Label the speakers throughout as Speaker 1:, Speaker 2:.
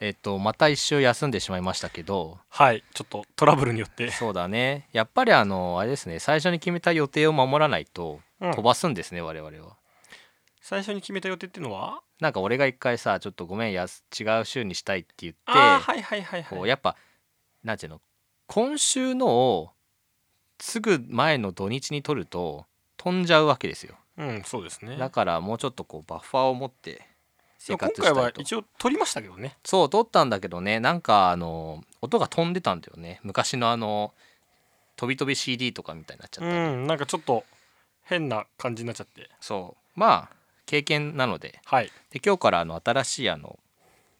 Speaker 1: えっと、また一周休んでしまいましたけど
Speaker 2: はいちょっとトラブルによって
Speaker 1: そうだねやっぱりあのあれですね最初に決めた予定を守らないと
Speaker 2: うん
Speaker 1: 飛ばすんですね、我々は
Speaker 2: 最初に決めた予定っていうのは
Speaker 1: なんか俺が一回さちょっとごめんやす違う週にしたいって言って
Speaker 2: ああはいはいはい
Speaker 1: こ
Speaker 2: は
Speaker 1: う
Speaker 2: い
Speaker 1: やっぱなんていうの今週のをすぐ前の土日に取ると飛んじゃうわけですよ
Speaker 2: うんそうですね
Speaker 1: だからもうちょっとこうバッファーを持って生
Speaker 2: 今
Speaker 1: 活した
Speaker 2: 回
Speaker 1: いと
Speaker 2: は一応撮りましたけどね
Speaker 1: そう撮ったんだけどねなんかあの音が飛んでたんだよね昔のあの飛び飛び CD とかみたいになっちゃっ
Speaker 2: う
Speaker 1: たり、
Speaker 2: んなんかちょっと変な感じになっちゃって
Speaker 1: そうまあ経験なので
Speaker 2: はい
Speaker 1: で今日からあの新しいあの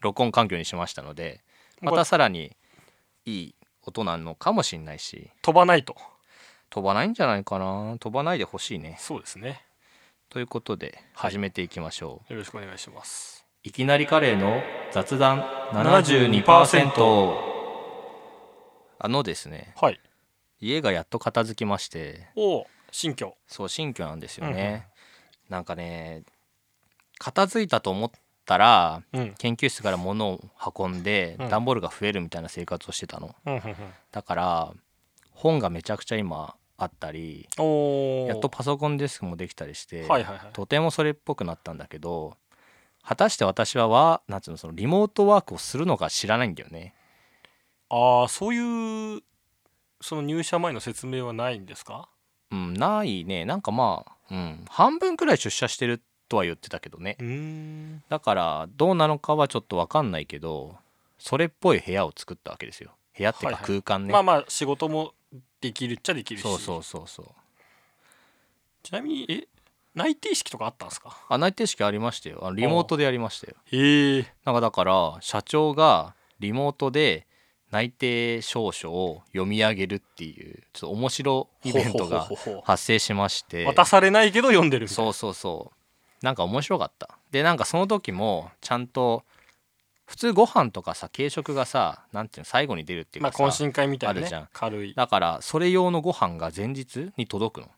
Speaker 1: 録音環境にしましたのでま
Speaker 2: これ
Speaker 1: たさらにいい音なのかもしれないし
Speaker 2: 飛ばないと
Speaker 1: 飛ばないんじゃないかな飛ばないでほしいね
Speaker 2: そうですね
Speaker 1: ということで
Speaker 2: はい
Speaker 1: 始めていきましょう、
Speaker 2: よろしくお願いします
Speaker 1: い、きなりカレーの雑談72%
Speaker 2: 72%
Speaker 1: あのですね
Speaker 2: はい
Speaker 1: 家がやっと片付きまして
Speaker 2: おお新居
Speaker 1: そう新居なんですよね、なんかね片付いたと思ったら
Speaker 2: うんうん
Speaker 1: 研究室から物を運んで
Speaker 2: うん
Speaker 1: 段ボールが増えるみたいな生活をしてたの
Speaker 2: うん
Speaker 1: だから本がめちゃくちゃ今あったり
Speaker 2: うんおお
Speaker 1: やっとパソコンデスクもできたりして、
Speaker 2: はいはいはい
Speaker 1: とてもそれっぽくなったんだけど果たして私はわなんつうのそのリモートワークをするのか知らないんだよね
Speaker 2: ああそういうその入社前の説明はないんですか
Speaker 1: うんないねなんかまあ、うん、半分くらい出社してるとは言ってたけどね
Speaker 2: うーん
Speaker 1: だからどうなのかはちょっと分かんないけどそれっぽい部屋を作ったわけですよ部屋っていう
Speaker 2: は
Speaker 1: か
Speaker 2: いは
Speaker 1: 空間ね、
Speaker 2: まあまあ仕事もできるっちゃできるし
Speaker 1: そうそうそうそう
Speaker 2: ちなみにえ内定式とかあったんですか
Speaker 1: あ内定式ありましたよあのリモートでやりましたよ
Speaker 2: へえ
Speaker 1: なんかだから社長がリモートで内定証書を読み上げるっていうちょっと面白イベントが
Speaker 2: ほほほほほ
Speaker 1: 発生しまして
Speaker 2: 渡されないけど読んでるみたい
Speaker 1: そうそうそうなんか面白かったでなんかその時もちゃんと普通ご飯とかさ軽食がさなんていうの最後に出るっていう
Speaker 2: ま
Speaker 1: か
Speaker 2: あ
Speaker 1: さ、
Speaker 2: 懇親会みたいな、ね、
Speaker 1: あるじゃん
Speaker 2: 軽い
Speaker 1: だからそれ用のご飯が前日に届くの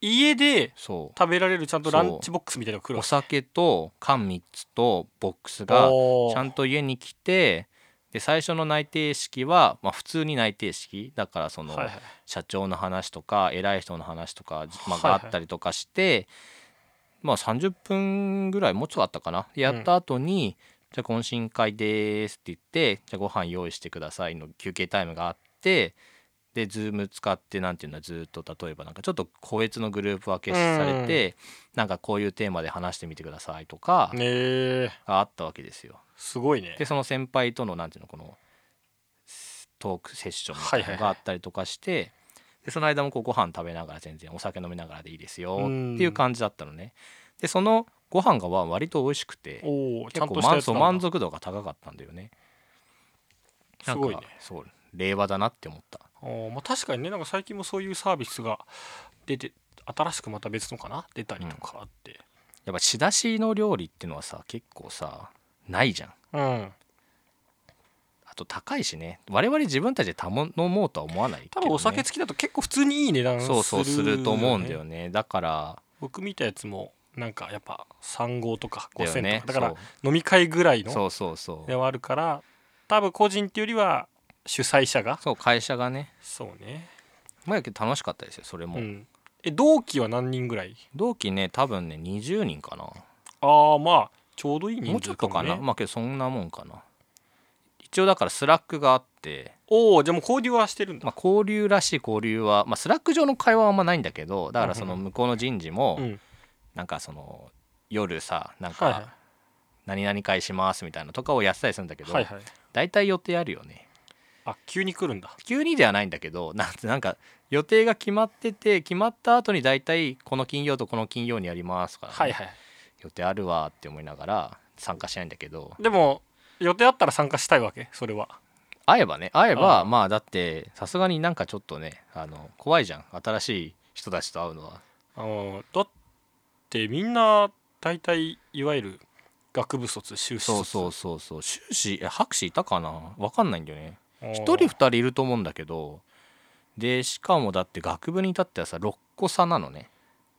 Speaker 2: 家で
Speaker 1: そ
Speaker 2: 食べられるちゃんとランチボックスみたいなのが来
Speaker 1: う
Speaker 2: る
Speaker 1: お
Speaker 2: わけ
Speaker 1: 酒と缶3つとボックスが
Speaker 2: おー
Speaker 1: ちゃんと家に来てで最初の内定式は、まあ、普通に内定式だからその
Speaker 2: はいはい
Speaker 1: 社長の話とか偉い人の話とか、まあ、
Speaker 2: はい
Speaker 1: が
Speaker 2: は
Speaker 1: あ
Speaker 2: い
Speaker 1: ったりとかして、まあ、30分ぐらいもうちょっとあったかなやった後に、じゃあ懇親会です」って言って「じゃあご飯用意してください」の休憩タイムがあってで Zoom 使ってなんていうのずっと例えばなんかちょっと個別のグループ分けされて、なんかこういうテーマで話してみてくださいとか
Speaker 2: ねえ
Speaker 1: があったわけですよ。
Speaker 2: すごいね
Speaker 1: でその先輩とのなんていうのこのストークセッションみたいなのがあったりとかして、でその間もこうご飯食べながら全然お酒飲みながらでいいですよ
Speaker 2: うん
Speaker 1: っていう感じだったのねでそのご飯がわ割と美味しくて
Speaker 2: おおちゃ
Speaker 1: 結
Speaker 2: ん
Speaker 1: 構
Speaker 2: とした
Speaker 1: 満
Speaker 2: やつ
Speaker 1: 足
Speaker 2: なんだ
Speaker 1: 満足度が高かったんだよねな
Speaker 2: す
Speaker 1: んか
Speaker 2: ごいね
Speaker 1: そう令和だなって思った
Speaker 2: おーまあ、確かにねなんか最近もそういうサービスが出て新しくまた別のかな出たりとかあって
Speaker 1: やっぱ仕出しの料理ってのはさ結構さないじゃん
Speaker 2: うん、
Speaker 1: あと高いしね我々自分たちで頼もうとは思わないけど、
Speaker 2: 多
Speaker 1: ね、
Speaker 2: 分お酒好きだと結構普通にいい値段する
Speaker 1: そうそうすると思うんだ
Speaker 2: ね
Speaker 1: よねだから
Speaker 2: 僕見たやつもなんかやっぱ3号とか
Speaker 1: だよ
Speaker 2: 5000とか
Speaker 1: ね
Speaker 2: だから
Speaker 1: そう
Speaker 2: 飲み会ぐらいの
Speaker 1: そうそうそう
Speaker 2: ではあるから多分個人っていうよりは主催者が
Speaker 1: そう会社がね
Speaker 2: そうね
Speaker 1: まあけど楽しかったですよそれも、
Speaker 2: うんえ同期は何人ぐらい
Speaker 1: 同期ね多分ね20人かな
Speaker 2: ああまあちょうどいい人数
Speaker 1: もうちょっとか
Speaker 2: もね
Speaker 1: なまあけどそんなもんかな一応だからスラックがあって、
Speaker 2: おおじゃあもう交流はしてるんだ、
Speaker 1: まあ、交流らしい交流は、まあ、スラック上の会話はあんまないんだけどだからその
Speaker 2: うんうん
Speaker 1: 向こうの人事も、
Speaker 2: うん
Speaker 1: なんかその夜さなん
Speaker 2: はいはい
Speaker 1: か何々会しますみたいなのとかをやってたりするんだけど、
Speaker 2: はいはい
Speaker 1: 大体予定あるよね
Speaker 2: あ急に来るんだ
Speaker 1: 急にではないんだけどなん なんか予定が決まってて決まった後に大体この金曜とこの金曜にやりますとから、ね
Speaker 2: はいはい
Speaker 1: 予定あるわって思いながら参加しないんだけど
Speaker 2: でも予定あったら参加したいわけそれは
Speaker 1: 会えばね会えば
Speaker 2: ああ
Speaker 1: まあだってさすがになんかちょっとねあの怖いじゃん新しい人たちと会うのは
Speaker 2: うんだってみんな大体いわゆる学部卒修士
Speaker 1: そう
Speaker 2: 卒
Speaker 1: そうそうそう修士え博士いたかなわかんないんだよね
Speaker 2: うん
Speaker 1: 1人2人いると思うんだけどでしかもだって学部に至ってはさ6個差なのね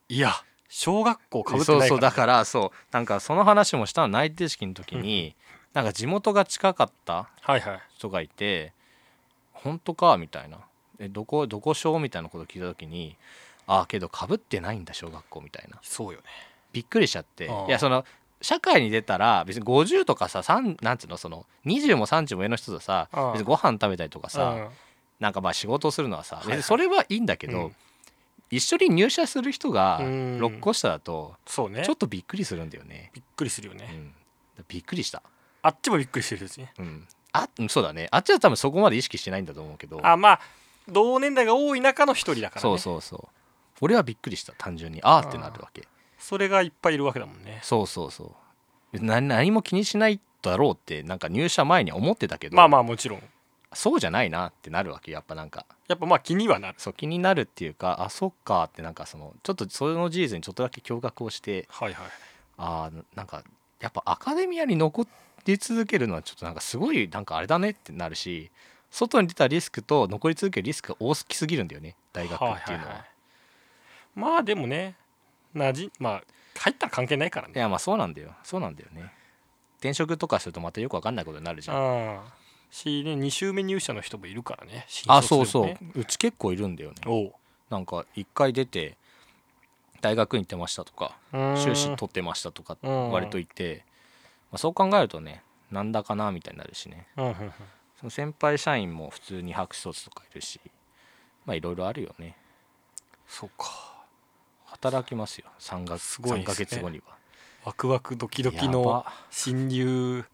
Speaker 2: いや小学校かぶって
Speaker 1: そう
Speaker 2: ない
Speaker 1: そ
Speaker 2: か
Speaker 1: う
Speaker 2: ら
Speaker 1: だからそうなんかその話もしたの内定式の時に、なんか地元が近かった
Speaker 2: はいはい
Speaker 1: 人がいて「本当か?」みたいな「えどこどこ小?」みたいなこと聞いた時に「ああけどかぶってないんだ小学校」みたいな
Speaker 2: そうよね
Speaker 1: びっくりしちゃって
Speaker 2: あー
Speaker 1: いやその社会に出たら別に50とかさ3なんつうのその20も30も上の人とさ
Speaker 2: あー
Speaker 1: 別にご飯食べたりとかさ、
Speaker 2: うん
Speaker 1: なんかまあ仕事をするのはさ
Speaker 2: はいはい
Speaker 1: 別にそれはいいんだけど、
Speaker 2: うん
Speaker 1: 一緒に入社する人が
Speaker 2: うん
Speaker 1: 6個下だと
Speaker 2: そうね
Speaker 1: ちょっとびっくりするんだよね、
Speaker 2: びっくりするよ
Speaker 1: う
Speaker 2: ね、
Speaker 1: ん、びっくりした、
Speaker 2: あっちもびっくりしてるしね
Speaker 1: うん、あうんそうだねあっちは多分そこまで意識してないんだと思うけど
Speaker 2: あまあ同年代が多い中の一人だからね
Speaker 1: そうそうそう俺はびっくりした単純にあーってなるわけ
Speaker 2: それがいっぱいいるわけだもんね
Speaker 1: そうそうそうな何も気にしないだろうってなんか入社前には思ってたけど
Speaker 2: まあまあもちろん
Speaker 1: そうじゃないなってなるわけやっぱなんか
Speaker 2: やっぱまあ気にはなる
Speaker 1: そう気になるっていうかあそっかってなんかそのちょっとその事実にちょっとだけ驚愕をして
Speaker 2: はいはい
Speaker 1: あーなんかやっぱアカデミアに残り続けるのはちょっとなんかすごいなんかあれだねってなるし外に出たリスクと残り続けるリスクが多すぎすぎるんだよね大学っていうのは。い
Speaker 2: いまあでもねなじまあ入ったら関係ないからね
Speaker 1: やまあそうなんだよそうなんだよね。転職とかするとまたよくわかんないことになるじゃん。
Speaker 2: ああしね2週目入社の人もいるからね新
Speaker 1: あそう
Speaker 2: 卒でも
Speaker 1: そ
Speaker 2: ね
Speaker 1: ううち結構いるんだよね。
Speaker 2: おう
Speaker 1: なんか一回出て大学院行ってましたとか
Speaker 2: うーん
Speaker 1: 修士取ってましたとか
Speaker 2: うん
Speaker 1: 割といて、まあ、そう考えるとねなんだかなみたいになるしね。
Speaker 2: うんうんうん
Speaker 1: その先輩社員も普通に博士卒とかいるしまあいろいろあるよね
Speaker 2: そうか
Speaker 1: 働きますよ3月
Speaker 2: すごい
Speaker 1: 3ヶ
Speaker 2: ですね
Speaker 1: 月後には
Speaker 2: ワクワクドキドキ
Speaker 1: や
Speaker 2: の
Speaker 1: ば
Speaker 2: 新入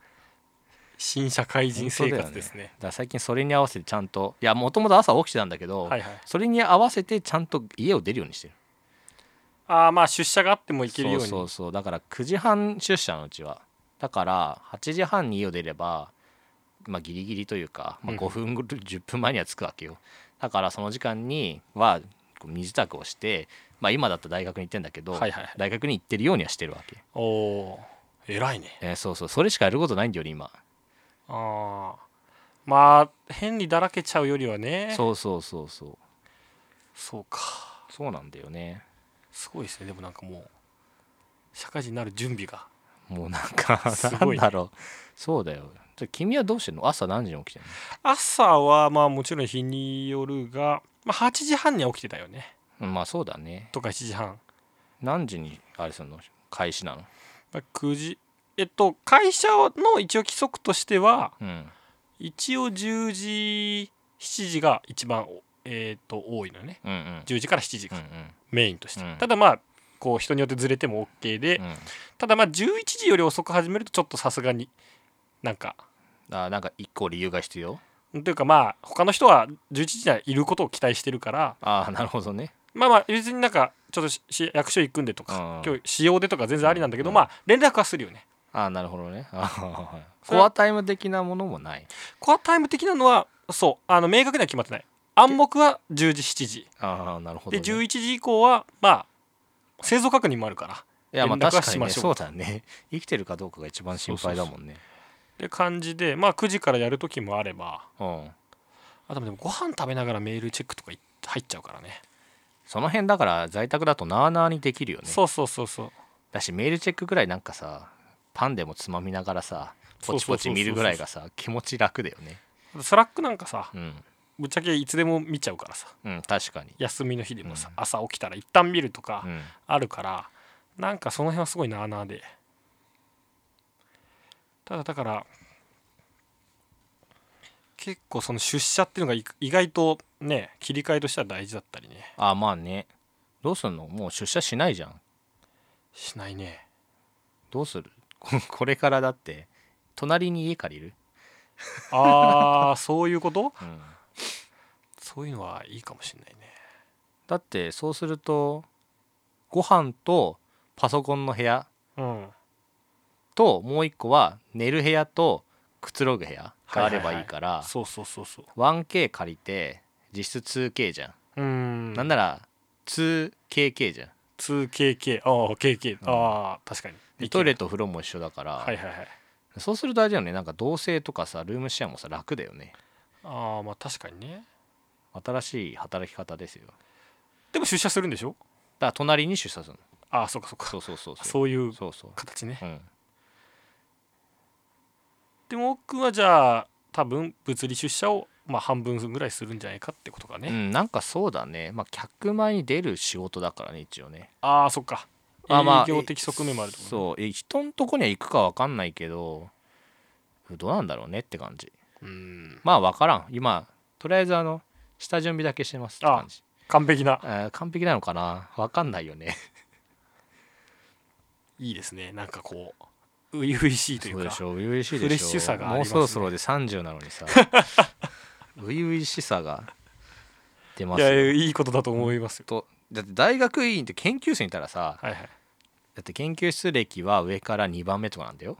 Speaker 2: 新社会人生
Speaker 1: 本当だよ
Speaker 2: 活
Speaker 1: ね
Speaker 2: ですね
Speaker 1: だから最近それに合わせてちゃんといやもともと朝起きてたんだけど、
Speaker 2: はいはい
Speaker 1: それに合わせてちゃんと家を出るようにしてる
Speaker 2: ああまあ出社があっても行けるように
Speaker 1: そうそうそうだから9時半出社のうちはだから8時半に家を出ればまあギリギリというか、まあ、
Speaker 2: うん
Speaker 1: 5分10分前には着くわけよだからその時間にはこう身支度をしてまあ今だったら大学に行ってんだけど、
Speaker 2: はいはいはい
Speaker 1: 大学に行ってるようにはしてるわけ、
Speaker 2: おおー偉いね
Speaker 1: えーそうそうそれしかやることないんだよね今
Speaker 2: ああまあ変にだらけちゃうよりはねそう
Speaker 1: そうそうそうそう
Speaker 2: か
Speaker 1: そうなんだよね
Speaker 2: すごいですねでもなんかもう社会人になる準備が
Speaker 1: もうなんか
Speaker 2: す
Speaker 1: な
Speaker 2: ご
Speaker 1: ん
Speaker 2: いね
Speaker 1: だろうそうだよじゃあ君はどうしてんの朝何時に起きてん
Speaker 2: 朝はまあもちろん日によるが、まあ、8時半には起きてたよね
Speaker 1: のまあそうだね
Speaker 2: とか7時半、
Speaker 1: 何時にあれするの開始なの
Speaker 2: まあ、9時えっと会社の一応規則としては
Speaker 1: うん
Speaker 2: 一応10時7時が一番えっと多いのよね
Speaker 1: うんうん
Speaker 2: 10時から7時
Speaker 1: う
Speaker 2: が
Speaker 1: んうん
Speaker 2: メインとして、
Speaker 1: うん
Speaker 2: ただまあこう人によってずれても OK で、
Speaker 1: うん
Speaker 2: ただまあ11時より遅く始めるとちょっとさすがになんか
Speaker 1: あなんか一個理由が必要
Speaker 2: というかまあ他の人は11時にはいることを期待してるから
Speaker 1: ああなるほどね
Speaker 2: まあまあ別になんかちょっとしし役所行くんでと
Speaker 1: う
Speaker 2: か、
Speaker 1: ん
Speaker 2: 今日使用でとか全然ありなんだけど、
Speaker 1: うん
Speaker 2: まあ連絡はするよね
Speaker 1: ああなるほどねあーはい
Speaker 2: それ
Speaker 1: コアタイム的なものもない
Speaker 2: コアタイム的なのはそうあの明確には決まってない暗黙は10時7時
Speaker 1: ああなるほど、
Speaker 2: で
Speaker 1: ね、
Speaker 2: 11時以降はまあ製造確認もあるからっ
Speaker 1: いやまあ
Speaker 2: 連絡は
Speaker 1: 確かにね
Speaker 2: しましょう
Speaker 1: そうだね生きてるかどうかが一番心配だもんね
Speaker 2: て感じでまあ9時からやる時もあれば
Speaker 1: うん
Speaker 2: あとでもご飯食べながらメールチェックとかい入っちゃうからね
Speaker 1: その辺だから在宅だとなあなあにできるよね
Speaker 2: そうそうそうそう
Speaker 1: だしメールチェックぐらいなんかさパンでもつまみながらさポチポチ見るぐらいがさ気持ち楽だよね
Speaker 2: スラックなんかさ
Speaker 1: うん、
Speaker 2: ぶっちゃけいつでも見ちゃうからさ
Speaker 1: うん、確かに、
Speaker 2: 休みの日でもさ、
Speaker 1: うん
Speaker 2: 朝起きたら一旦見るとか
Speaker 1: うん、
Speaker 2: あるから、なんかその辺はすごいなあなあでただだから結構その出社っていうのがい意外とね切り替えとしては大事だったりね
Speaker 1: あまあねどうすんのもう出社しないじゃん
Speaker 2: しないね
Speaker 1: どうする ここれからだって隣に家借りる、
Speaker 2: あーそういうこと
Speaker 1: うん、
Speaker 2: そういうのはいいかもしれないね
Speaker 1: だってそうするとご飯とパソコンの部屋
Speaker 2: うん
Speaker 1: ともう一個は寝る部屋とくつろぐ部屋があればいいから、
Speaker 2: そうそうそうそう
Speaker 1: 1K 借りて実質 2K じゃん、
Speaker 2: うーん
Speaker 1: なんなら 2KK じゃん
Speaker 2: 2KK ああ KK、ああ確かに
Speaker 1: でトイレとお風呂も一緒だから、
Speaker 2: はいはいはい
Speaker 1: そうするとあれだよねなんか同棲とかさルームシェアもさ楽だよね
Speaker 2: ああまあ確かにね
Speaker 1: 新しい働き方ですよだか
Speaker 2: でも出社するんでしょ
Speaker 1: ら隣に出社するの
Speaker 2: ああそうかそうか
Speaker 1: そうそうそうそう
Speaker 2: そういう
Speaker 1: そうそう
Speaker 2: 形ね
Speaker 1: うん
Speaker 2: でも奥君はじゃあ多分物理出社をまあ半分ぐらいするんじゃないかってことかね、
Speaker 1: うん、なんかそうだね、まあ、客前に出る仕事だからね一応ね
Speaker 2: ああそっか
Speaker 1: あまあ
Speaker 2: 営業的側面もあるってことね
Speaker 1: そうえ人のとこには行くか分かんないけどどうなんだろうねって感じ
Speaker 2: うん
Speaker 1: まあ分からん今とりあえずあの下準備だけしてますって感じ
Speaker 2: 完璧な
Speaker 1: あー完璧なのかな分かんないよね
Speaker 2: いいですねなんかこう初々しいとい
Speaker 1: そう
Speaker 2: う
Speaker 1: で
Speaker 2: か
Speaker 1: しょうしいでしょ
Speaker 2: フレッシュさがあり
Speaker 1: もう
Speaker 2: ますね
Speaker 1: そろそろで30なのに さ初々しさが出ま
Speaker 2: い
Speaker 1: すよ
Speaker 2: やいいことだと思いますよ、
Speaker 1: とだって大学院って研究生いたらさ
Speaker 2: はいはい
Speaker 1: だって研究室歴は上から2番目とかなんだよ、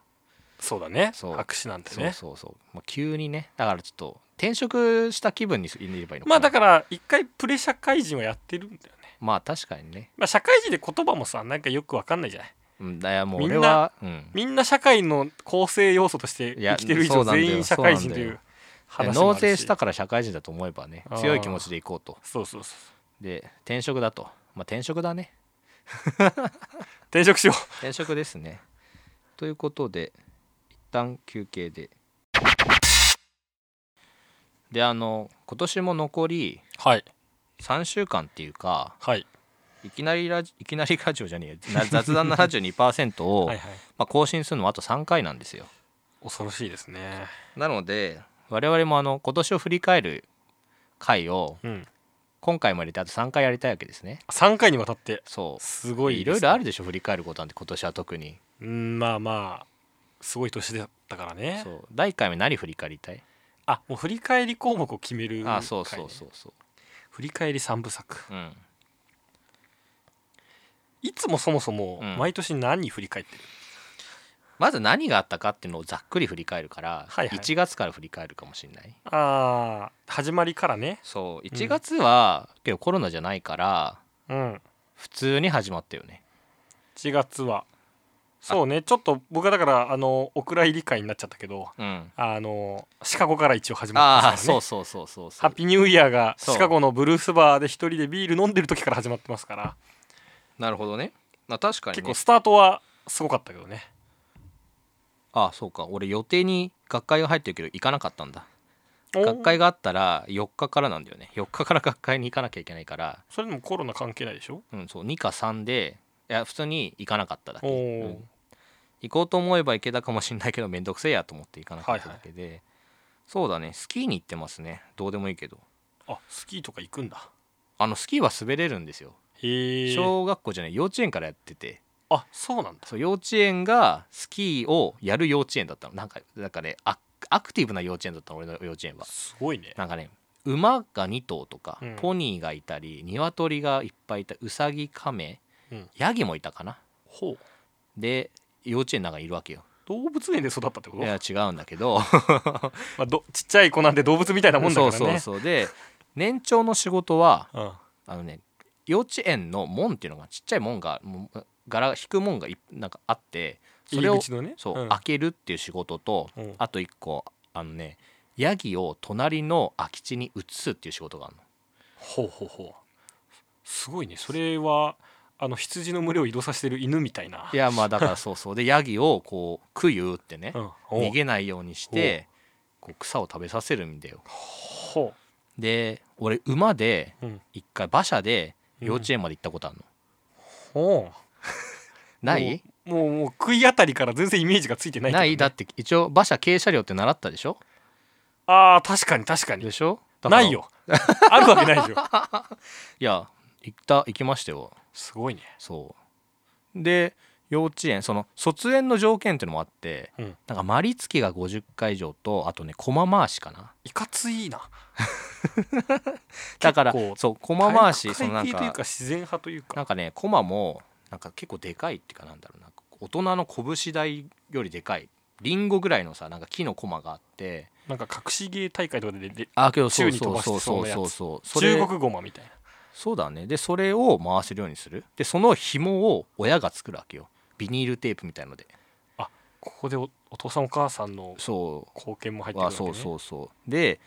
Speaker 2: そうだね
Speaker 1: そう
Speaker 2: 白紙なんて
Speaker 1: そう
Speaker 2: ね
Speaker 1: そうそう、まあ、急にねだからちょっと転職した気分にいればいいのかな
Speaker 2: まあだから一回プレ社会人はやってるんだよね
Speaker 1: まあ確かにね、
Speaker 2: まあ社会人で言葉もさなんかよくわかんないじゃない
Speaker 1: うん、だいやもう俺はうん
Speaker 2: みんな社会の構成要素として
Speaker 1: いや
Speaker 2: 生きてる以
Speaker 1: そ
Speaker 2: 上
Speaker 1: うなんだよ
Speaker 2: 全員社会人という
Speaker 1: いや
Speaker 2: 話もあ
Speaker 1: 納
Speaker 2: るし
Speaker 1: 税したから社会人だと思えばね
Speaker 2: あー
Speaker 1: 強い気持ちでいこうと
Speaker 2: そうそうそう
Speaker 1: で転職だとまあ転職だね
Speaker 2: 転職 しよ
Speaker 1: 転職ですねということで一旦休憩でであの今年も残り
Speaker 2: うはい
Speaker 1: 3週間っていうか
Speaker 2: はい
Speaker 1: いきなりラジ いきなりラジオじゃねえな雑談72%を、
Speaker 2: はいはい
Speaker 1: まあ、更新するのはあと3回なんですよ
Speaker 2: 恐ろしいですね
Speaker 1: なので我々もあの今年を振り返る回を
Speaker 2: うん
Speaker 1: 今回も入れてあと3回やりたいわけですね
Speaker 2: 3回にわたって
Speaker 1: そう
Speaker 2: すごい
Speaker 1: い
Speaker 2: で
Speaker 1: ろい
Speaker 2: す
Speaker 1: ろあるでしょ振り返ることなんて今年は特に
Speaker 2: うんまあまあすごい年だったからね
Speaker 1: そう第1回目何振り返りたい、
Speaker 2: あもう振り返り項目を決める
Speaker 1: あそう
Speaker 2: 回
Speaker 1: そ
Speaker 2: ね
Speaker 1: うそうそう
Speaker 2: 振り返り3部作
Speaker 1: うん
Speaker 2: いつもそもそも
Speaker 1: うん
Speaker 2: 毎年何振り返ってる、
Speaker 1: まず何があったかっていうのをざっくり振り返るから、
Speaker 2: はいはい
Speaker 1: 1月から振り返るかもしれない
Speaker 2: ああ始まりからね
Speaker 1: そう1月は、けどコロナじゃないから
Speaker 2: うん
Speaker 1: 普通に始まったよね
Speaker 2: 4月はそうねちょっと僕はだからあのお蔵入り会になっちゃったけど
Speaker 1: うん
Speaker 2: あのシカゴから一応始まって
Speaker 1: あ
Speaker 2: ま
Speaker 1: あ
Speaker 2: すから
Speaker 1: そ
Speaker 2: ね
Speaker 1: うそうそうそうそ
Speaker 2: ハ
Speaker 1: う
Speaker 2: ッピーニューイヤーが
Speaker 1: そう
Speaker 2: シカゴのブルースバーで一人でビール飲んでる時から始まってますから
Speaker 1: なるほどねまあ確かに、ね、
Speaker 2: 結構スタートはすごかったけどね
Speaker 1: ああそうか俺予定に学会が入ってるけど行かなかったんだ
Speaker 2: おー
Speaker 1: 学会があったら4日からなんだよね4日から学会に行かなきゃいけないから
Speaker 2: それでもコロナ関係ないでしょ
Speaker 1: うん、そう2か3でいや普通に行かなかっただけ、
Speaker 2: おおー、
Speaker 1: うん行こうと思えば行けたかもしれないけどめんどくせえやと思って行かなかっただけで、そうだねスキーに行ってますねどうでもいいけど
Speaker 2: あスキーとか行くんだ
Speaker 1: あのスキーは滑れるんですよ
Speaker 2: へえ
Speaker 1: 小学校じゃない幼稚園からやってて
Speaker 2: あそうなんだ
Speaker 1: そう幼稚園がスキーをやる幼稚園だったのなんかなんかねアアクティブな幼稚園だったの俺の幼稚園は
Speaker 2: すごいね
Speaker 1: なんかね馬が2頭とか、
Speaker 2: うん
Speaker 1: ポニーがいたり鶏がいっぱいいたウサギカメ、
Speaker 2: うん
Speaker 1: ヤギもいたかな
Speaker 2: ほう
Speaker 1: で幼稚園の中にいるわけよ
Speaker 2: 動物園で育ったってこ
Speaker 1: い
Speaker 2: と
Speaker 1: や違うんだけ ど
Speaker 2: まあ、どちっちゃい子なんて動物みたいなもんだからね
Speaker 1: そうそうそうで年長の仕事は
Speaker 2: うん
Speaker 1: あのね幼稚園の門っていうのがちっちゃい門がもう柄引く門がいなんかあってそれ
Speaker 2: 入
Speaker 1: を
Speaker 2: り口のね
Speaker 1: そう、
Speaker 2: ん
Speaker 1: 開けるっていう仕事と、
Speaker 2: うん
Speaker 1: あと一個あのねヤギを隣の空き地に移すっていう仕事があるの
Speaker 2: ほうほうほうすごいねそれはあの羊の群れを移動させてる犬みたいない
Speaker 1: やまあだからそうそうでヤギをこう食ゆってね、
Speaker 2: うん、
Speaker 1: 逃げないようにしてこう草を食べさせるんだよ
Speaker 2: ほ
Speaker 1: で俺馬で
Speaker 2: う、うん、
Speaker 1: 一回馬車で幼稚園まで行ったことあるの、
Speaker 2: ほう
Speaker 1: ない
Speaker 2: もうもうもう食いあたりから全然イメージがついてないけど
Speaker 1: な
Speaker 2: ね、
Speaker 1: いだって一応馬車軽車両って習ったでしょ
Speaker 2: あー確かに確かに
Speaker 1: でしょだから
Speaker 2: ないよあるわけないでしょ
Speaker 1: いや行った行きましたよ
Speaker 2: すごいね
Speaker 1: そうで幼稚園その卒園の条件っていうのもあって、
Speaker 2: うん
Speaker 1: なんかマリつきが50回以上とあとね駒回しかない
Speaker 2: かついな
Speaker 1: だから
Speaker 2: 結構
Speaker 1: そう駒回
Speaker 2: 体
Speaker 1: し
Speaker 2: 育
Speaker 1: そのな
Speaker 2: 会
Speaker 1: ん
Speaker 2: 系という
Speaker 1: か
Speaker 2: か自然派という
Speaker 1: な
Speaker 2: か
Speaker 1: んかね駒もなんか結構でかいっていうかなんだろうな大人の拳台よりでかいリンゴぐらいのさなんか木の駒があって
Speaker 2: なんか隠し芸大会とかでで
Speaker 1: あけど
Speaker 2: そ
Speaker 1: そううそうそうそう
Speaker 2: 宙に飛
Speaker 1: そ
Speaker 2: ば
Speaker 1: う
Speaker 2: して
Speaker 1: そうそれ
Speaker 2: 中国ゴマみたいな
Speaker 1: そうだねでそれを回せるようにするでその紐を親が作るわけよビニールテープみたいので
Speaker 2: ここでおお父さんお母さんの
Speaker 1: そ
Speaker 2: 貢献も入っ
Speaker 1: う、
Speaker 2: てくる
Speaker 1: あ
Speaker 2: わけ、
Speaker 1: そ
Speaker 2: ね、
Speaker 1: うそうそうで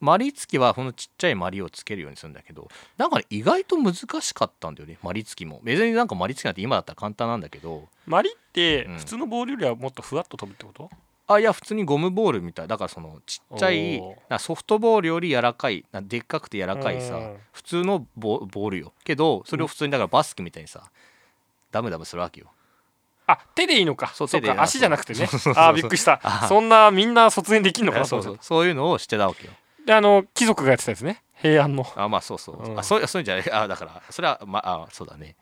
Speaker 1: マリつきはこのちっちゃいマリをつけるようにするんだけどなんかね意外と難しかったんだよねマリつきも別になんかマリつきなんて今だったら簡単なんだけど
Speaker 2: マリって
Speaker 1: うん
Speaker 2: 普通のボールよりはもっとふわっと飛ぶってこと、
Speaker 1: あいや普通にゴムボールみたいだからそのちっちゃい
Speaker 2: おー
Speaker 1: なソフトボールより柔らかいなでっかくて柔らかいさ
Speaker 2: うん
Speaker 1: 普通のボボールよけどそれを普通にだからバスケみたいにさダムダムするわけよ
Speaker 2: あ手でいいのか
Speaker 1: そう
Speaker 2: そっ
Speaker 1: 手で
Speaker 2: か足じゃなくてね
Speaker 1: そうそうそうそう
Speaker 2: あーびっくりした
Speaker 1: あー
Speaker 2: そんなみんな卒園できんのか
Speaker 1: あ
Speaker 2: なと
Speaker 1: そ
Speaker 2: 思
Speaker 1: う
Speaker 2: っちゃ
Speaker 1: そ
Speaker 2: っ
Speaker 1: うそういうのをしてたわけよ
Speaker 2: たであの貴族がやってたやつね平安の
Speaker 1: あまあそうそう、
Speaker 2: うん
Speaker 1: あそうそういうんじゃないあだからそれはまああそうだねだか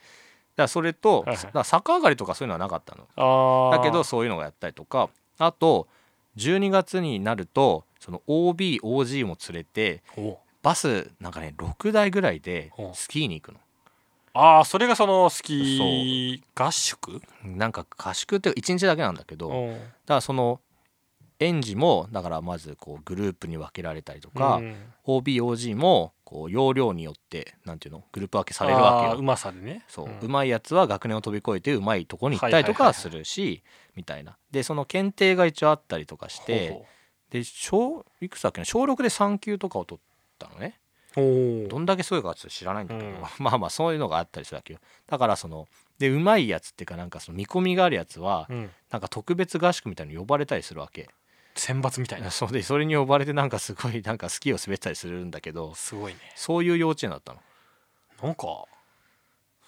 Speaker 1: らそれと、
Speaker 2: はいはい
Speaker 1: だから逆上がりとかそういうのはなかったの
Speaker 2: あー
Speaker 1: だけどそういうのをやったりとかあと12月になるとその OBOG も連れて
Speaker 2: お
Speaker 1: バスなんかね6台ぐらいで
Speaker 2: うん
Speaker 1: スキーに行くの
Speaker 2: あーそれがそのスキー合宿
Speaker 1: なんか合宿っていうか1日だけなんだけど、だ
Speaker 2: うん
Speaker 1: からその園児もだからまずこうグループに分けられたりとか、
Speaker 2: うん
Speaker 1: OBOG もこう容量によってなんていうのグループ分けされるわけ
Speaker 2: あ
Speaker 1: よ
Speaker 2: ーうまさでね
Speaker 1: そう、
Speaker 2: ん
Speaker 1: うまいやつは学年を飛び越えてうまいとこに行ったりとか
Speaker 2: は
Speaker 1: は
Speaker 2: いはいはいは
Speaker 1: いするし、みたいなでその検定が一応あったりとかして
Speaker 2: ほ
Speaker 1: で小いくつだっけな小6で3級とかを取ったのね
Speaker 2: うほうおー
Speaker 1: どんだけすごいかちょっと知らないんだけど、
Speaker 2: うん
Speaker 1: まあまあそういうのがあったりするわけよだからそのでうまいやつっていうかなんかその見込みがあるやつは
Speaker 2: うん
Speaker 1: なんか特別合宿みたいに呼ばれたりするわけ
Speaker 2: 選抜みたいな
Speaker 1: そうでそれに呼ばれてなんかすごいなんかスキーを滑ったりするんだけど
Speaker 2: すごいね
Speaker 1: そういう幼稚園だったの
Speaker 2: なんか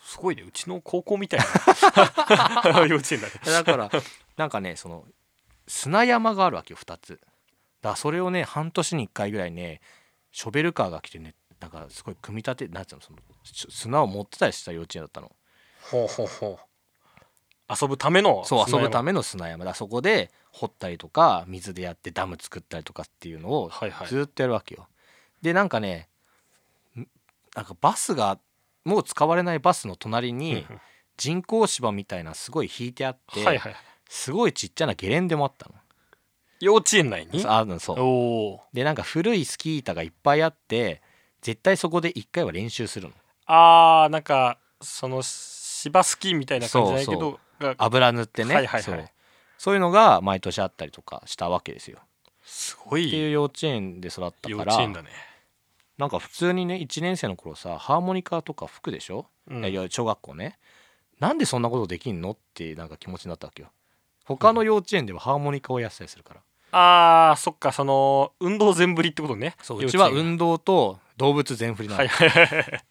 Speaker 2: すごいねうちの高校み たいな幼稚園だね
Speaker 1: だから なんかねその砂山があるわけよ2つだからそれをね半年に1回ぐらいねショベルカーが来てねなんかすごい組み立てなんつうのそのす砂を持ってたりした幼稚園だったの
Speaker 2: ほうほうほう遊ぶための
Speaker 1: そう遊ぶため
Speaker 2: め
Speaker 1: の砂山だからそこで掘ったりとか水でやってダム作ったりとかっていうのを
Speaker 2: はいはい
Speaker 1: ずっとやるわけよ、でなんかねんなんかバスがもう使われないバスの隣
Speaker 2: うんうん
Speaker 1: に人工芝みたいなすごい引いてあって、
Speaker 2: はいはい
Speaker 1: すごいちっちゃなゲレンデもあったの
Speaker 2: 幼稚園内に
Speaker 1: あるのそう
Speaker 2: おお
Speaker 1: でなんか古いスキー板がいっぱいあって絶対そこで一回は練習するの
Speaker 2: あーなんかその芝スキーみたいな感じじゃないけどが
Speaker 1: 油塗ってね、
Speaker 2: はいはいはい
Speaker 1: そうそういうのが毎年あったりとかしたわけですよ
Speaker 2: す
Speaker 1: っ
Speaker 2: ご
Speaker 1: てい
Speaker 2: いう
Speaker 1: 幼稚園で育った
Speaker 2: 幼
Speaker 1: か
Speaker 2: 稚
Speaker 1: ら
Speaker 2: 園だね
Speaker 1: なんか普通にね1年生の頃さハーモニカとか服でしょ、
Speaker 2: うん
Speaker 1: いやいや小学校ねなんでそんなことできんのってなんか気持ちになったわけよ他の幼稚園ではハーモニカをやってたりするから、
Speaker 2: あーそっかその運動全振りってことね
Speaker 1: そう
Speaker 2: 幼
Speaker 1: う
Speaker 2: 稚
Speaker 1: ち
Speaker 2: 園
Speaker 1: は運動と動物全振りなの、
Speaker 2: はいはいはいはい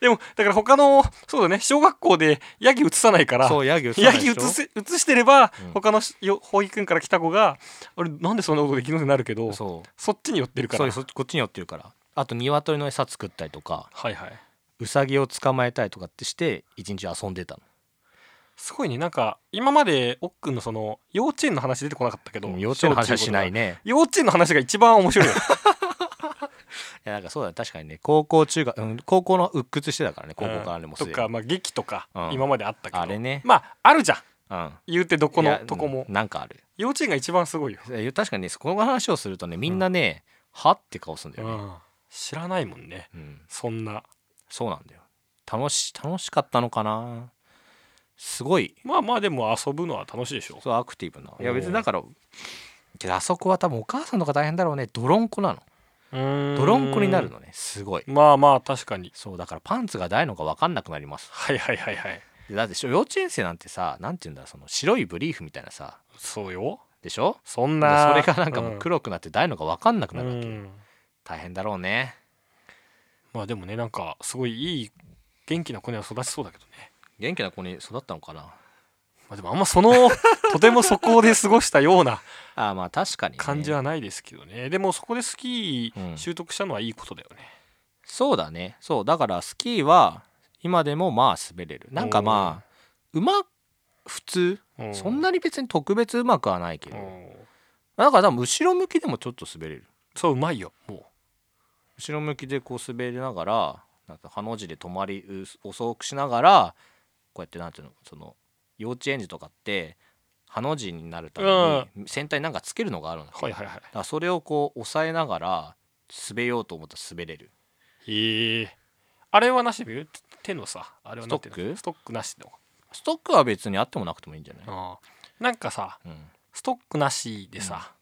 Speaker 2: でもだから他のそうだね小学校でヤギ移さないか ら
Speaker 1: そうヤギ映さ
Speaker 2: ヤ
Speaker 1: ないで
Speaker 2: ギ
Speaker 1: し
Speaker 2: 移
Speaker 1: ょ
Speaker 2: せ移してれば
Speaker 1: うん
Speaker 2: 他のしよ保育園から来た子が「あれなんでそんなことできるの?」ってなるけどそ
Speaker 1: そう
Speaker 2: っちに寄ってるか
Speaker 1: そう
Speaker 2: ら
Speaker 1: そこっちに寄ってるからあと鶏の餌作ったりとか
Speaker 2: はいはい
Speaker 1: ウサギを捕まえたりとかってして一日遊んでた
Speaker 2: すごいねなんか今までおっくんのその幼稚園の話出てこなかったけど
Speaker 1: の幼稚園の話はしない
Speaker 2: ね
Speaker 1: ね
Speaker 2: 幼稚園の話が一番面白 いよ
Speaker 1: いやなんかそうだね確かにね高校中学、うん、高校の鬱屈してたからね高校からねもうす
Speaker 2: と
Speaker 1: でに
Speaker 2: か、まあ、劇とか
Speaker 1: うん
Speaker 2: 今まであったけど、
Speaker 1: あれね
Speaker 2: まああるじゃん
Speaker 1: うん
Speaker 2: 言うてどこ
Speaker 1: い
Speaker 2: の
Speaker 1: や
Speaker 2: とこも
Speaker 1: うんなんかある
Speaker 2: 幼稚園が一番すごいよ、
Speaker 1: いや確かにねそこの話をするとねみんなね、はって顔するんだよね、
Speaker 2: うん知らないもんね
Speaker 1: うん
Speaker 2: そんな
Speaker 1: そうなんだよ楽し楽しかったのかなすごい
Speaker 2: まあまあでも遊ぶのは楽しいでしょ
Speaker 1: そうアクティブな
Speaker 2: お
Speaker 1: いや別にだからけどあそこは多分お母さんとか大変だろうね泥んこなの泥
Speaker 2: 泥
Speaker 1: んこになるのねすごい
Speaker 2: まあまあ確かに
Speaker 1: そうだからパンツが大のか分かんなくなります
Speaker 2: はいはいはいはい
Speaker 1: でだってしょ幼稚園生なんてさなんて言うんだその白いブリーフみたいなさ
Speaker 2: そうよ
Speaker 1: でしょ
Speaker 2: そん
Speaker 1: で
Speaker 2: な
Speaker 1: それがなんかもう黒くなって大のか分かんなく
Speaker 2: うん
Speaker 1: なるわけ、
Speaker 2: うん
Speaker 1: 大変だろうね
Speaker 2: まあでもねなんかすごいいい元気な子には育ちそうだけどね
Speaker 1: 元気な子に育ったのかな
Speaker 2: まあ、でもあんまその とてもそこで過ごしたような
Speaker 1: あーまあ確かに、ね、
Speaker 2: 感じはないですけどねでもそこでスキ
Speaker 1: う
Speaker 2: ー
Speaker 1: ん
Speaker 2: 習得したのはいいことだよね、
Speaker 1: そうだねそうだからスキーは今でもまあ滑れるなんかまあうま普通
Speaker 2: う
Speaker 1: そんなに別に特別うまくはないけ
Speaker 2: う
Speaker 1: ど
Speaker 2: ん
Speaker 1: だから多分後ろ向きでもちょっと滑れる
Speaker 2: そううまいよも
Speaker 1: 後ろ向きでこう滑りながらなんかハの字で止まりう遅くしながらこうやってなんていうのその幼稚園児とかってハの字になるために先端になんかつけるのがあるのだ
Speaker 2: うはいはいはい
Speaker 1: からそれをこう押さえながら滑ようと思ったら滑れる
Speaker 2: へえあれはなしで手のさあれはなんていうの
Speaker 1: ストック
Speaker 2: ストックなしの
Speaker 1: ストックは別にあってもなくてもいいんじゃない、
Speaker 2: ああなんかさ
Speaker 1: うん
Speaker 2: ストックなしでさ、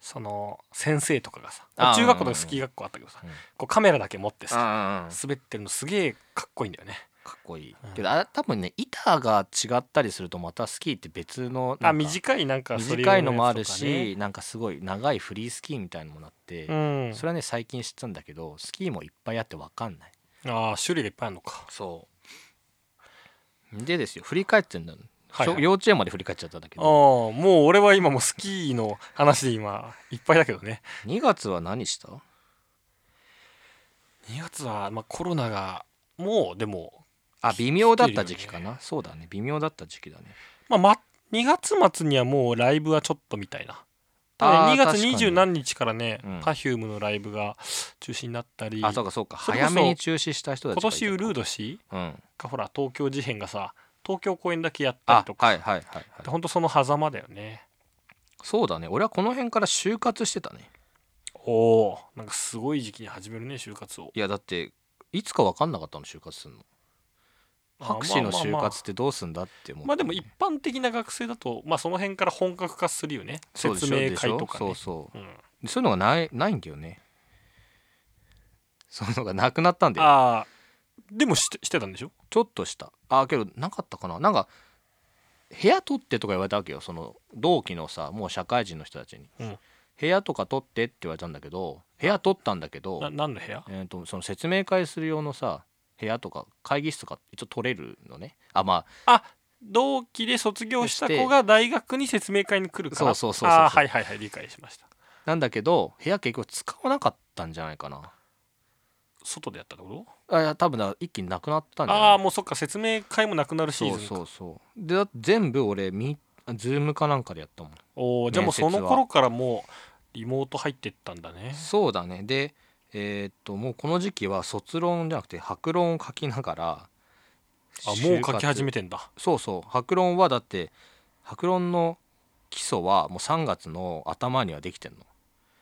Speaker 2: その先生とかがさ
Speaker 1: ああ
Speaker 2: 中学校のスキー学校あったけどさ、
Speaker 1: うん
Speaker 2: こうカメラだけ持ってさ
Speaker 1: あ
Speaker 2: 滑ってるのすげえかっこいいんだよね
Speaker 1: かっこいい
Speaker 2: うん
Speaker 1: けどあれ多分ね板が違ったりするとまたスキーって別のなんか
Speaker 2: あ短いなんかそれ用の
Speaker 1: 短いのもある
Speaker 2: やつとかね
Speaker 1: しなんかすごい長いフリースキーみたいのもなって、
Speaker 2: うん
Speaker 1: それはね最近知ったんだけどスキーもいっぱいあって分かんない
Speaker 2: ああ種類がいっぱいあるのか
Speaker 1: そうでですよ振り返ってんだ、
Speaker 2: はいはい
Speaker 1: 小幼稚園まで振り返っちゃったんだけ
Speaker 2: ああ
Speaker 1: ど
Speaker 2: もう俺は今もうスキーの話で今いっぱいだけどね
Speaker 1: 2月は何した
Speaker 2: 2月は、まあ、コロナがもうでも、
Speaker 1: あ
Speaker 2: き
Speaker 1: 微妙だった時期か
Speaker 2: 来てる
Speaker 1: な、そうだね微妙だった時期だね
Speaker 2: まあま、2月末にはもうライブはちょっとみたいなた
Speaker 1: あ
Speaker 2: だ
Speaker 1: ー
Speaker 2: ね2月
Speaker 1: 確かに
Speaker 2: 20何日からね、
Speaker 1: うん
Speaker 2: Perfume のライブが中止になったり
Speaker 1: あそうかそうか
Speaker 2: それこそ
Speaker 1: 早めに中止した人たちがい
Speaker 2: 今
Speaker 1: た
Speaker 2: 年ウルード氏
Speaker 1: うん
Speaker 2: がほら東京事変がさ東京公演だけやったり
Speaker 1: あ
Speaker 2: とか
Speaker 1: はいはいはい、はい、
Speaker 2: ほんとその狭間だよね
Speaker 1: そうだね俺はこの辺から就活してたね
Speaker 2: おおんかすごい時期に始めるね就活を
Speaker 1: いやだっていつか分かんなかったの就活するの博士の就活ってどうすんだって思う、
Speaker 2: まあでも一般的な学生だと、まあ、その辺から本格化するよね
Speaker 1: そうで
Speaker 2: 説
Speaker 1: しょ
Speaker 2: 明会とか
Speaker 1: でしょそうそう
Speaker 2: ねうん
Speaker 1: でそういうのがないないんだよねそういうのがなくなったんだよ
Speaker 2: ああでもしてしてたんでしょ
Speaker 1: ちょっとしたあけどなかったかななんか部屋取ってとか言われたわけよその同期のさもう社会人の人たちに、
Speaker 2: うん
Speaker 1: 部屋とか取ってって言われたんだけど部屋取ったんだけど
Speaker 2: な何の部屋
Speaker 1: えー、とその説明会する用のさ部屋とか会議室とか一応取れるのねあま
Speaker 2: 同期で卒業した子が大学に説明会に来るから
Speaker 1: そうそうそうそう
Speaker 2: ああはいはいはい理解しました
Speaker 1: あなんだけど部屋結局使わなかったんじゃないかな
Speaker 2: 外でやったってこと
Speaker 1: あいや多分な一気になくなったんじゃ
Speaker 2: あ
Speaker 1: な
Speaker 2: あ
Speaker 1: い
Speaker 2: もうそっか説明会もなくなるシー
Speaker 1: そう
Speaker 2: ズンか
Speaker 1: そうそうでだ全部俺みズームかなんかでやったもん
Speaker 2: おーじゃあもう
Speaker 1: 面接は
Speaker 2: その頃からもうリモート入ってったんだね
Speaker 1: そうだねでえーっともうこの時期は卒論じゃなくて白論を書きながら
Speaker 2: あもう書き始
Speaker 1: め
Speaker 2: めてんだ
Speaker 1: そうそう白論はだって白論の基礎はもう3月の頭にはできてんの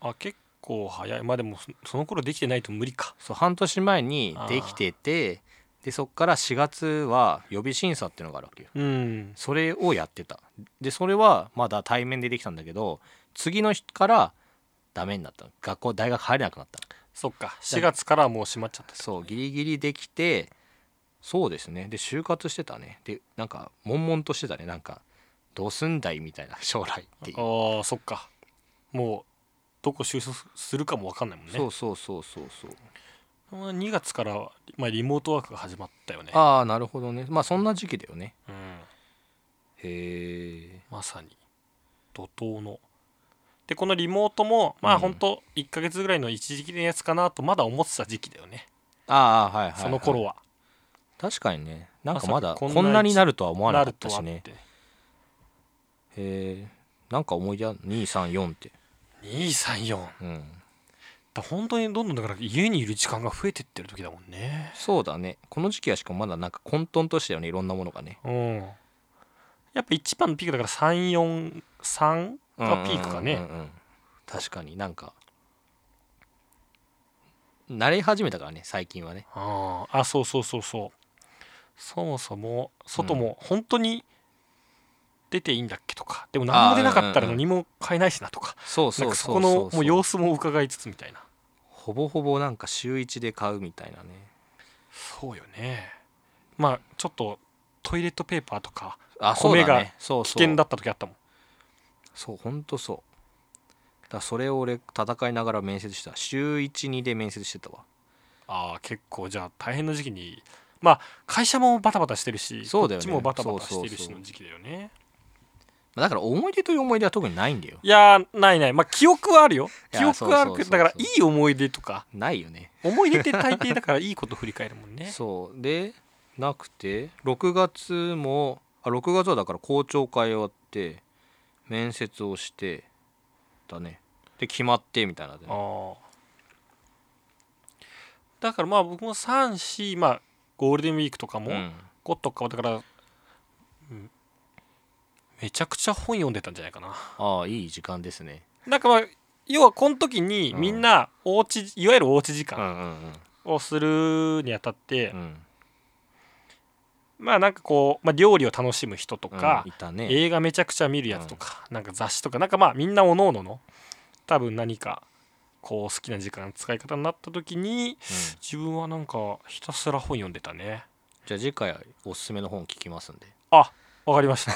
Speaker 2: あ結構早いまあでもそその頃できてないと無理か
Speaker 1: そう半年前にできててでそっから4月は予備審査っていうのがあるわけよ
Speaker 2: うん
Speaker 1: それをやってたでそれはまだ対面でできたんだけど次の日からダメになったの学校大学入れなくなったの
Speaker 2: そっか4月からはもう閉まっちゃった
Speaker 1: そうギリギリできてそうですねで就活してたねでなんか悶々としてたねなんかどうすんだいみたいな 将来っていう、
Speaker 2: ああそっかもうどこ就職するかも分かんないもんね
Speaker 1: そうそうそうそうそう
Speaker 2: まあ2月からは、まあ、リモートワークが始まったよね
Speaker 1: ああなるほどねまあそんな時期だよね
Speaker 2: うん
Speaker 1: へえ
Speaker 2: まさに怒涛のでこのリモートも
Speaker 1: う
Speaker 2: まあ
Speaker 1: ん
Speaker 2: ほんと1ヶ月ぐらいの一時期のやつかなとまだ思ってた時期だよね、
Speaker 1: ああはいはい、はい、
Speaker 2: その頃は
Speaker 1: 確かにねなんかまだ
Speaker 2: まさかこ
Speaker 1: こ
Speaker 2: んなん
Speaker 1: なになるとは思わ
Speaker 2: な
Speaker 1: なか
Speaker 2: る
Speaker 1: っ
Speaker 2: と
Speaker 1: た
Speaker 2: は
Speaker 1: し
Speaker 2: っ
Speaker 1: ね
Speaker 2: て
Speaker 1: えーなんか思い出ある234って
Speaker 2: 234
Speaker 1: うん
Speaker 2: だ本当にどんどんだから家にいる時間が増えてってる時だもんね
Speaker 1: そうだねこの時期はしかもまだなんか混沌としたよねいろんなものがね
Speaker 2: うんやっぱ一番のピークだから343がピークか
Speaker 1: うん
Speaker 2: ね
Speaker 1: うんうんうん確かになんか慣れ始めたからね最近はね
Speaker 2: あーあそうそうそうそうそもそも外も本当に出ていいんだっけとか、でも何も出なかった
Speaker 1: あーう
Speaker 2: ら
Speaker 1: んうんうん
Speaker 2: 何も買えないしなとか
Speaker 1: そう
Speaker 2: なん
Speaker 1: そう
Speaker 2: かそ
Speaker 1: そう
Speaker 2: このもう様
Speaker 1: 子
Speaker 2: 子も伺いつつみたいな
Speaker 1: ほぼほぼなんか週1で買うみたいなね
Speaker 2: そうよねまあちょっとトイレットペーパーとか
Speaker 1: あそうだ
Speaker 2: 米が
Speaker 1: ねそう
Speaker 2: 危
Speaker 1: そう
Speaker 2: 険だった時あったもん
Speaker 1: そうほんとそうだからそれを俺戦いながら面接した週12で面接してたわ
Speaker 2: ああ結構じゃあ大変な時期にまあ会社もバタバタしてるし
Speaker 1: そうだよね
Speaker 2: こっちもバタバタしてる
Speaker 1: そうそう
Speaker 2: し
Speaker 1: そう
Speaker 2: の時期だよね
Speaker 1: まあだから思い出という思い出は特にないんだよ
Speaker 2: いやーないないまあ記憶はあるよ
Speaker 1: い
Speaker 2: 記
Speaker 1: や
Speaker 2: 憶はある
Speaker 1: そ
Speaker 2: け
Speaker 1: うそうそうそ
Speaker 2: ど
Speaker 1: う
Speaker 2: だからいい思い出とか
Speaker 1: ないよね
Speaker 2: 思い出って大抵だからいいこと振り返るもんね
Speaker 1: そうでなくて6月もあ6月はだから校長会をやって面接をしてだねで決まってみたいなのでね、
Speaker 2: ああだからまあ僕も34まあゴールデンウィークとかも、
Speaker 1: うん
Speaker 2: 5とかはだから、うんめちゃくちゃ本読んでたんじゃないかな
Speaker 1: ああいい時間ですね
Speaker 2: なんかまあ要はこの時に
Speaker 1: うん
Speaker 2: みんなおうち、いわゆるおうち時
Speaker 1: うんうん
Speaker 2: 間をするにあたって
Speaker 1: う、ん
Speaker 2: まあなんかこう、まあ、料理を楽しむ人と
Speaker 1: う
Speaker 2: か
Speaker 1: ん、いたね
Speaker 2: 映画めちゃくちゃ見るやつとか、なんか雑誌とかなんかまあみんなおのおのの多分何かこう好きな時間の使い方になった時に自分はなんかひたすら本読んでたね
Speaker 1: じゃあ次回おすすめの本聞きますんで、
Speaker 2: わかりました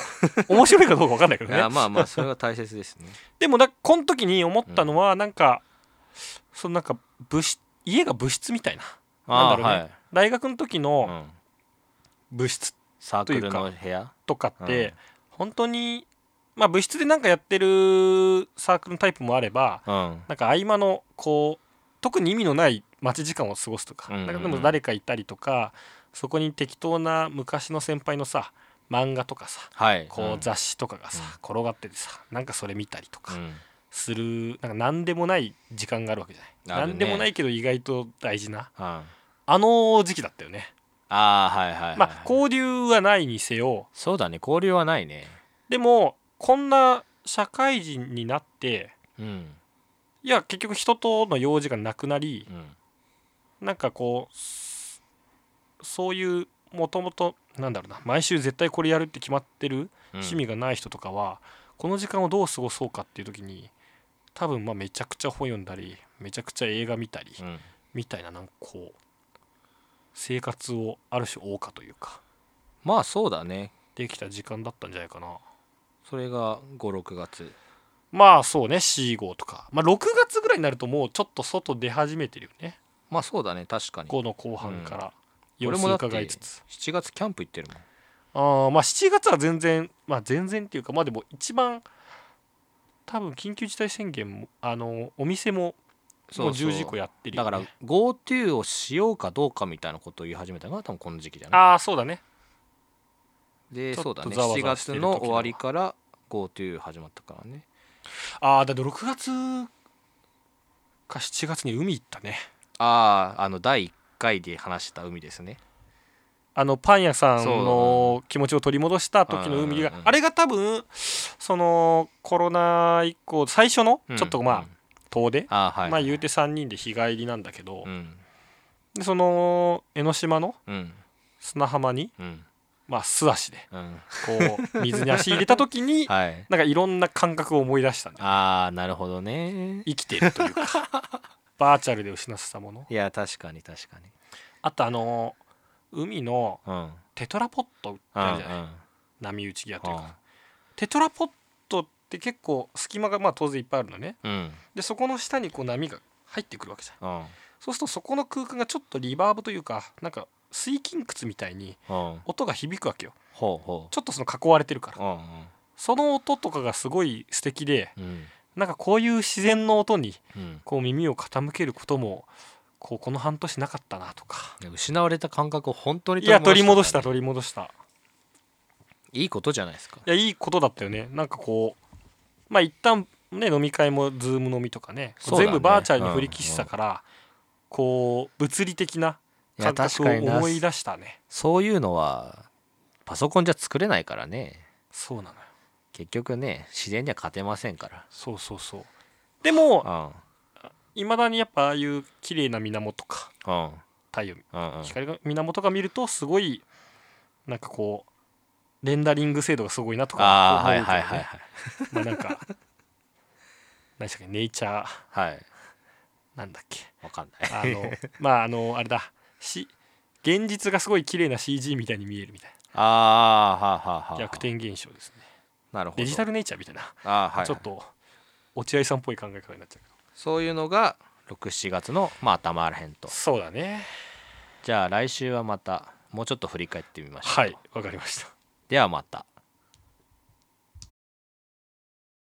Speaker 2: 面白いかどうかわかんないけど
Speaker 1: いや
Speaker 2: ね
Speaker 1: まあまあそれは大切 ですね
Speaker 2: でもなこの時に思ったのはなんか、そのなんか物質家が部室みたいな
Speaker 1: あ
Speaker 2: な
Speaker 1: あ
Speaker 2: んだろうね大学の
Speaker 1: は
Speaker 2: 時
Speaker 1: い、う
Speaker 2: の
Speaker 1: ん、
Speaker 2: 部室
Speaker 1: サークルの部屋
Speaker 2: とかって本当にまあ部室でなんかやってるサークルのタイプもあれば
Speaker 1: うん、うん
Speaker 2: なんか合間のこう特に意味のない待ち時間を過ごすとか
Speaker 1: うんうんうん
Speaker 2: なんかでも誰かいたりとかそこに適当な昔の先輩のさ漫画とかさ
Speaker 1: はい
Speaker 2: こ
Speaker 1: ん
Speaker 2: う雑誌とかが
Speaker 1: う
Speaker 2: さ
Speaker 1: ん
Speaker 2: 転がっててさなんかそれ見たりとか
Speaker 1: うん
Speaker 2: するなんか何でもない時間があるわけじゃな
Speaker 1: あ
Speaker 2: い
Speaker 1: るね
Speaker 2: 何でもないけど意外と大事な
Speaker 1: あ
Speaker 2: あの時期だったよね
Speaker 1: あーはいはいはいはい、
Speaker 2: まあ交流はないにせよ
Speaker 1: そうだね交流はないね
Speaker 2: でもこんな社会人になって
Speaker 1: うん
Speaker 2: いや結局人との用事がなくなり
Speaker 1: うん
Speaker 2: なんかこうそそういうもともとなんだろうな毎週絶対これやるって決まってる趣味がない人とかは、この時間をどう過ごそうかっていう時に多分まあめちゃくちゃ本読んだりめちゃくちゃ映画見たり、
Speaker 1: うん、うん
Speaker 2: みたいななんかこう生活をある種謳歌というか
Speaker 1: まあそうだね
Speaker 2: できた時間だったんじゃないかな
Speaker 1: それが56月
Speaker 2: まあそうね45とか、まあ、6月ぐらいになるともうちょっと外出始めてるよね
Speaker 1: まあそうだね確かに
Speaker 2: この後半から、
Speaker 1: 俺
Speaker 2: 様子
Speaker 1: もだって
Speaker 2: 伺いつつ
Speaker 1: 7月キャンプ行ってるもん
Speaker 2: あーまあ7月は全然まあ全然っていうかまあでも一番多分緊急事態宣言もあのお店ももう
Speaker 1: そうそう
Speaker 2: 10時以降やってるよ、
Speaker 1: だ
Speaker 2: ね、
Speaker 1: から GoTo をしようかどうかみたいなことを言い始めたのが多分この時期じゃない
Speaker 2: ああそうだね
Speaker 1: で
Speaker 2: ちょっ
Speaker 1: そう
Speaker 2: と
Speaker 1: だね
Speaker 2: ざわざわ
Speaker 1: 7
Speaker 2: して
Speaker 1: 月
Speaker 2: る時の
Speaker 1: の終わりから GoTo 始まったからね
Speaker 2: ああだって6月か7月に海行ったね
Speaker 1: あああの第1回で話した海ですね
Speaker 2: あのパン屋さん
Speaker 1: そう
Speaker 2: の気持ちを取り戻した時の海
Speaker 1: う
Speaker 2: が
Speaker 1: んうんうん
Speaker 2: あれが多分そのコロナ以降最初の
Speaker 1: うん
Speaker 2: ちょっとまあ
Speaker 1: うん
Speaker 2: 遠出
Speaker 1: あーはい
Speaker 2: まあ言うて3人で日帰りなんだけど
Speaker 1: うん
Speaker 2: でその江ノ島の
Speaker 1: うん
Speaker 2: 砂浜に
Speaker 1: うん
Speaker 2: まあ素足で
Speaker 1: うん
Speaker 2: こ う水に足入れた時に
Speaker 1: はい
Speaker 2: なんかいろんな感覚を思い出したんだよ
Speaker 1: ああなるほどね
Speaker 2: 生きていると いうかバーチャルで失ったもの
Speaker 1: いや確かに確かに
Speaker 2: あとあの海の
Speaker 1: うんうん
Speaker 2: テトラポット売って
Speaker 1: う
Speaker 2: あ
Speaker 1: ん
Speaker 2: るじゃない波打ち際というか
Speaker 1: あ
Speaker 2: テトラポットって結構隙間がまあ当然いっぱいあるのね
Speaker 1: ーうん
Speaker 2: でそこの下にこう波が入ってくるわけじゃん
Speaker 1: うん
Speaker 2: そうするとそこの空間がちょっとリバーブというかなんか水筋窟みたいに
Speaker 1: うん
Speaker 2: 音が響くわけよ
Speaker 1: ほうほ
Speaker 2: ちょっとその囲われてるか
Speaker 1: う
Speaker 2: ら
Speaker 1: うん
Speaker 2: その音とかがすごい素敵で
Speaker 1: うん
Speaker 2: なんかこういう自然の音に
Speaker 1: うん
Speaker 2: こう耳を傾けることもこうこの半年なかったなとか
Speaker 1: うん失われた感覚を本当に
Speaker 2: いや取り戻し
Speaker 1: か
Speaker 2: た
Speaker 1: らね
Speaker 2: 取り戻した
Speaker 1: いいことじゃないですか
Speaker 2: いやいいことだったよねなんかこうまあ一旦ね飲み会もズーム飲みとかね
Speaker 1: そうだね
Speaker 2: 全部バーチャルに振り切ってたから、こう物理的ない
Speaker 1: や
Speaker 2: 感
Speaker 1: 確
Speaker 2: 覚を
Speaker 1: かにな
Speaker 2: 思い出したね
Speaker 1: そういうのはパソコンじゃ作れないからね
Speaker 2: そうなのよ
Speaker 1: 結局ね自然には勝てませんから
Speaker 2: そうそうそうでも
Speaker 1: うん
Speaker 2: いまだにやっぱああいう綺麗な源か
Speaker 1: うん
Speaker 2: 太陽
Speaker 1: うんうん
Speaker 2: 光の源が見るとすごいなんかこうレンダリング精度がすごいなと
Speaker 1: ああ
Speaker 2: か思う
Speaker 1: は
Speaker 2: け
Speaker 1: い
Speaker 2: どね
Speaker 1: はいはいはい
Speaker 2: まあなんか何でしたっけネイチャー
Speaker 1: はい
Speaker 2: なんだっけ
Speaker 1: わかんない
Speaker 2: あのまああのあれだし現実がすごい綺麗な CG みたいに見えるみたい
Speaker 1: ああはあはあは
Speaker 2: な
Speaker 1: あ
Speaker 2: 逆転現象ですね
Speaker 1: なるほど
Speaker 2: デジタルネイチャーみたいな、
Speaker 1: ああはい
Speaker 2: ちょっと落合さんっぽい考え方になっちゃうけ
Speaker 1: そういうのが67月のまあ頭らへんと
Speaker 2: どそうだね
Speaker 1: じゃあ来週はまたもうちょっと振り返ってみましょう
Speaker 2: はいわかりました
Speaker 1: ではまた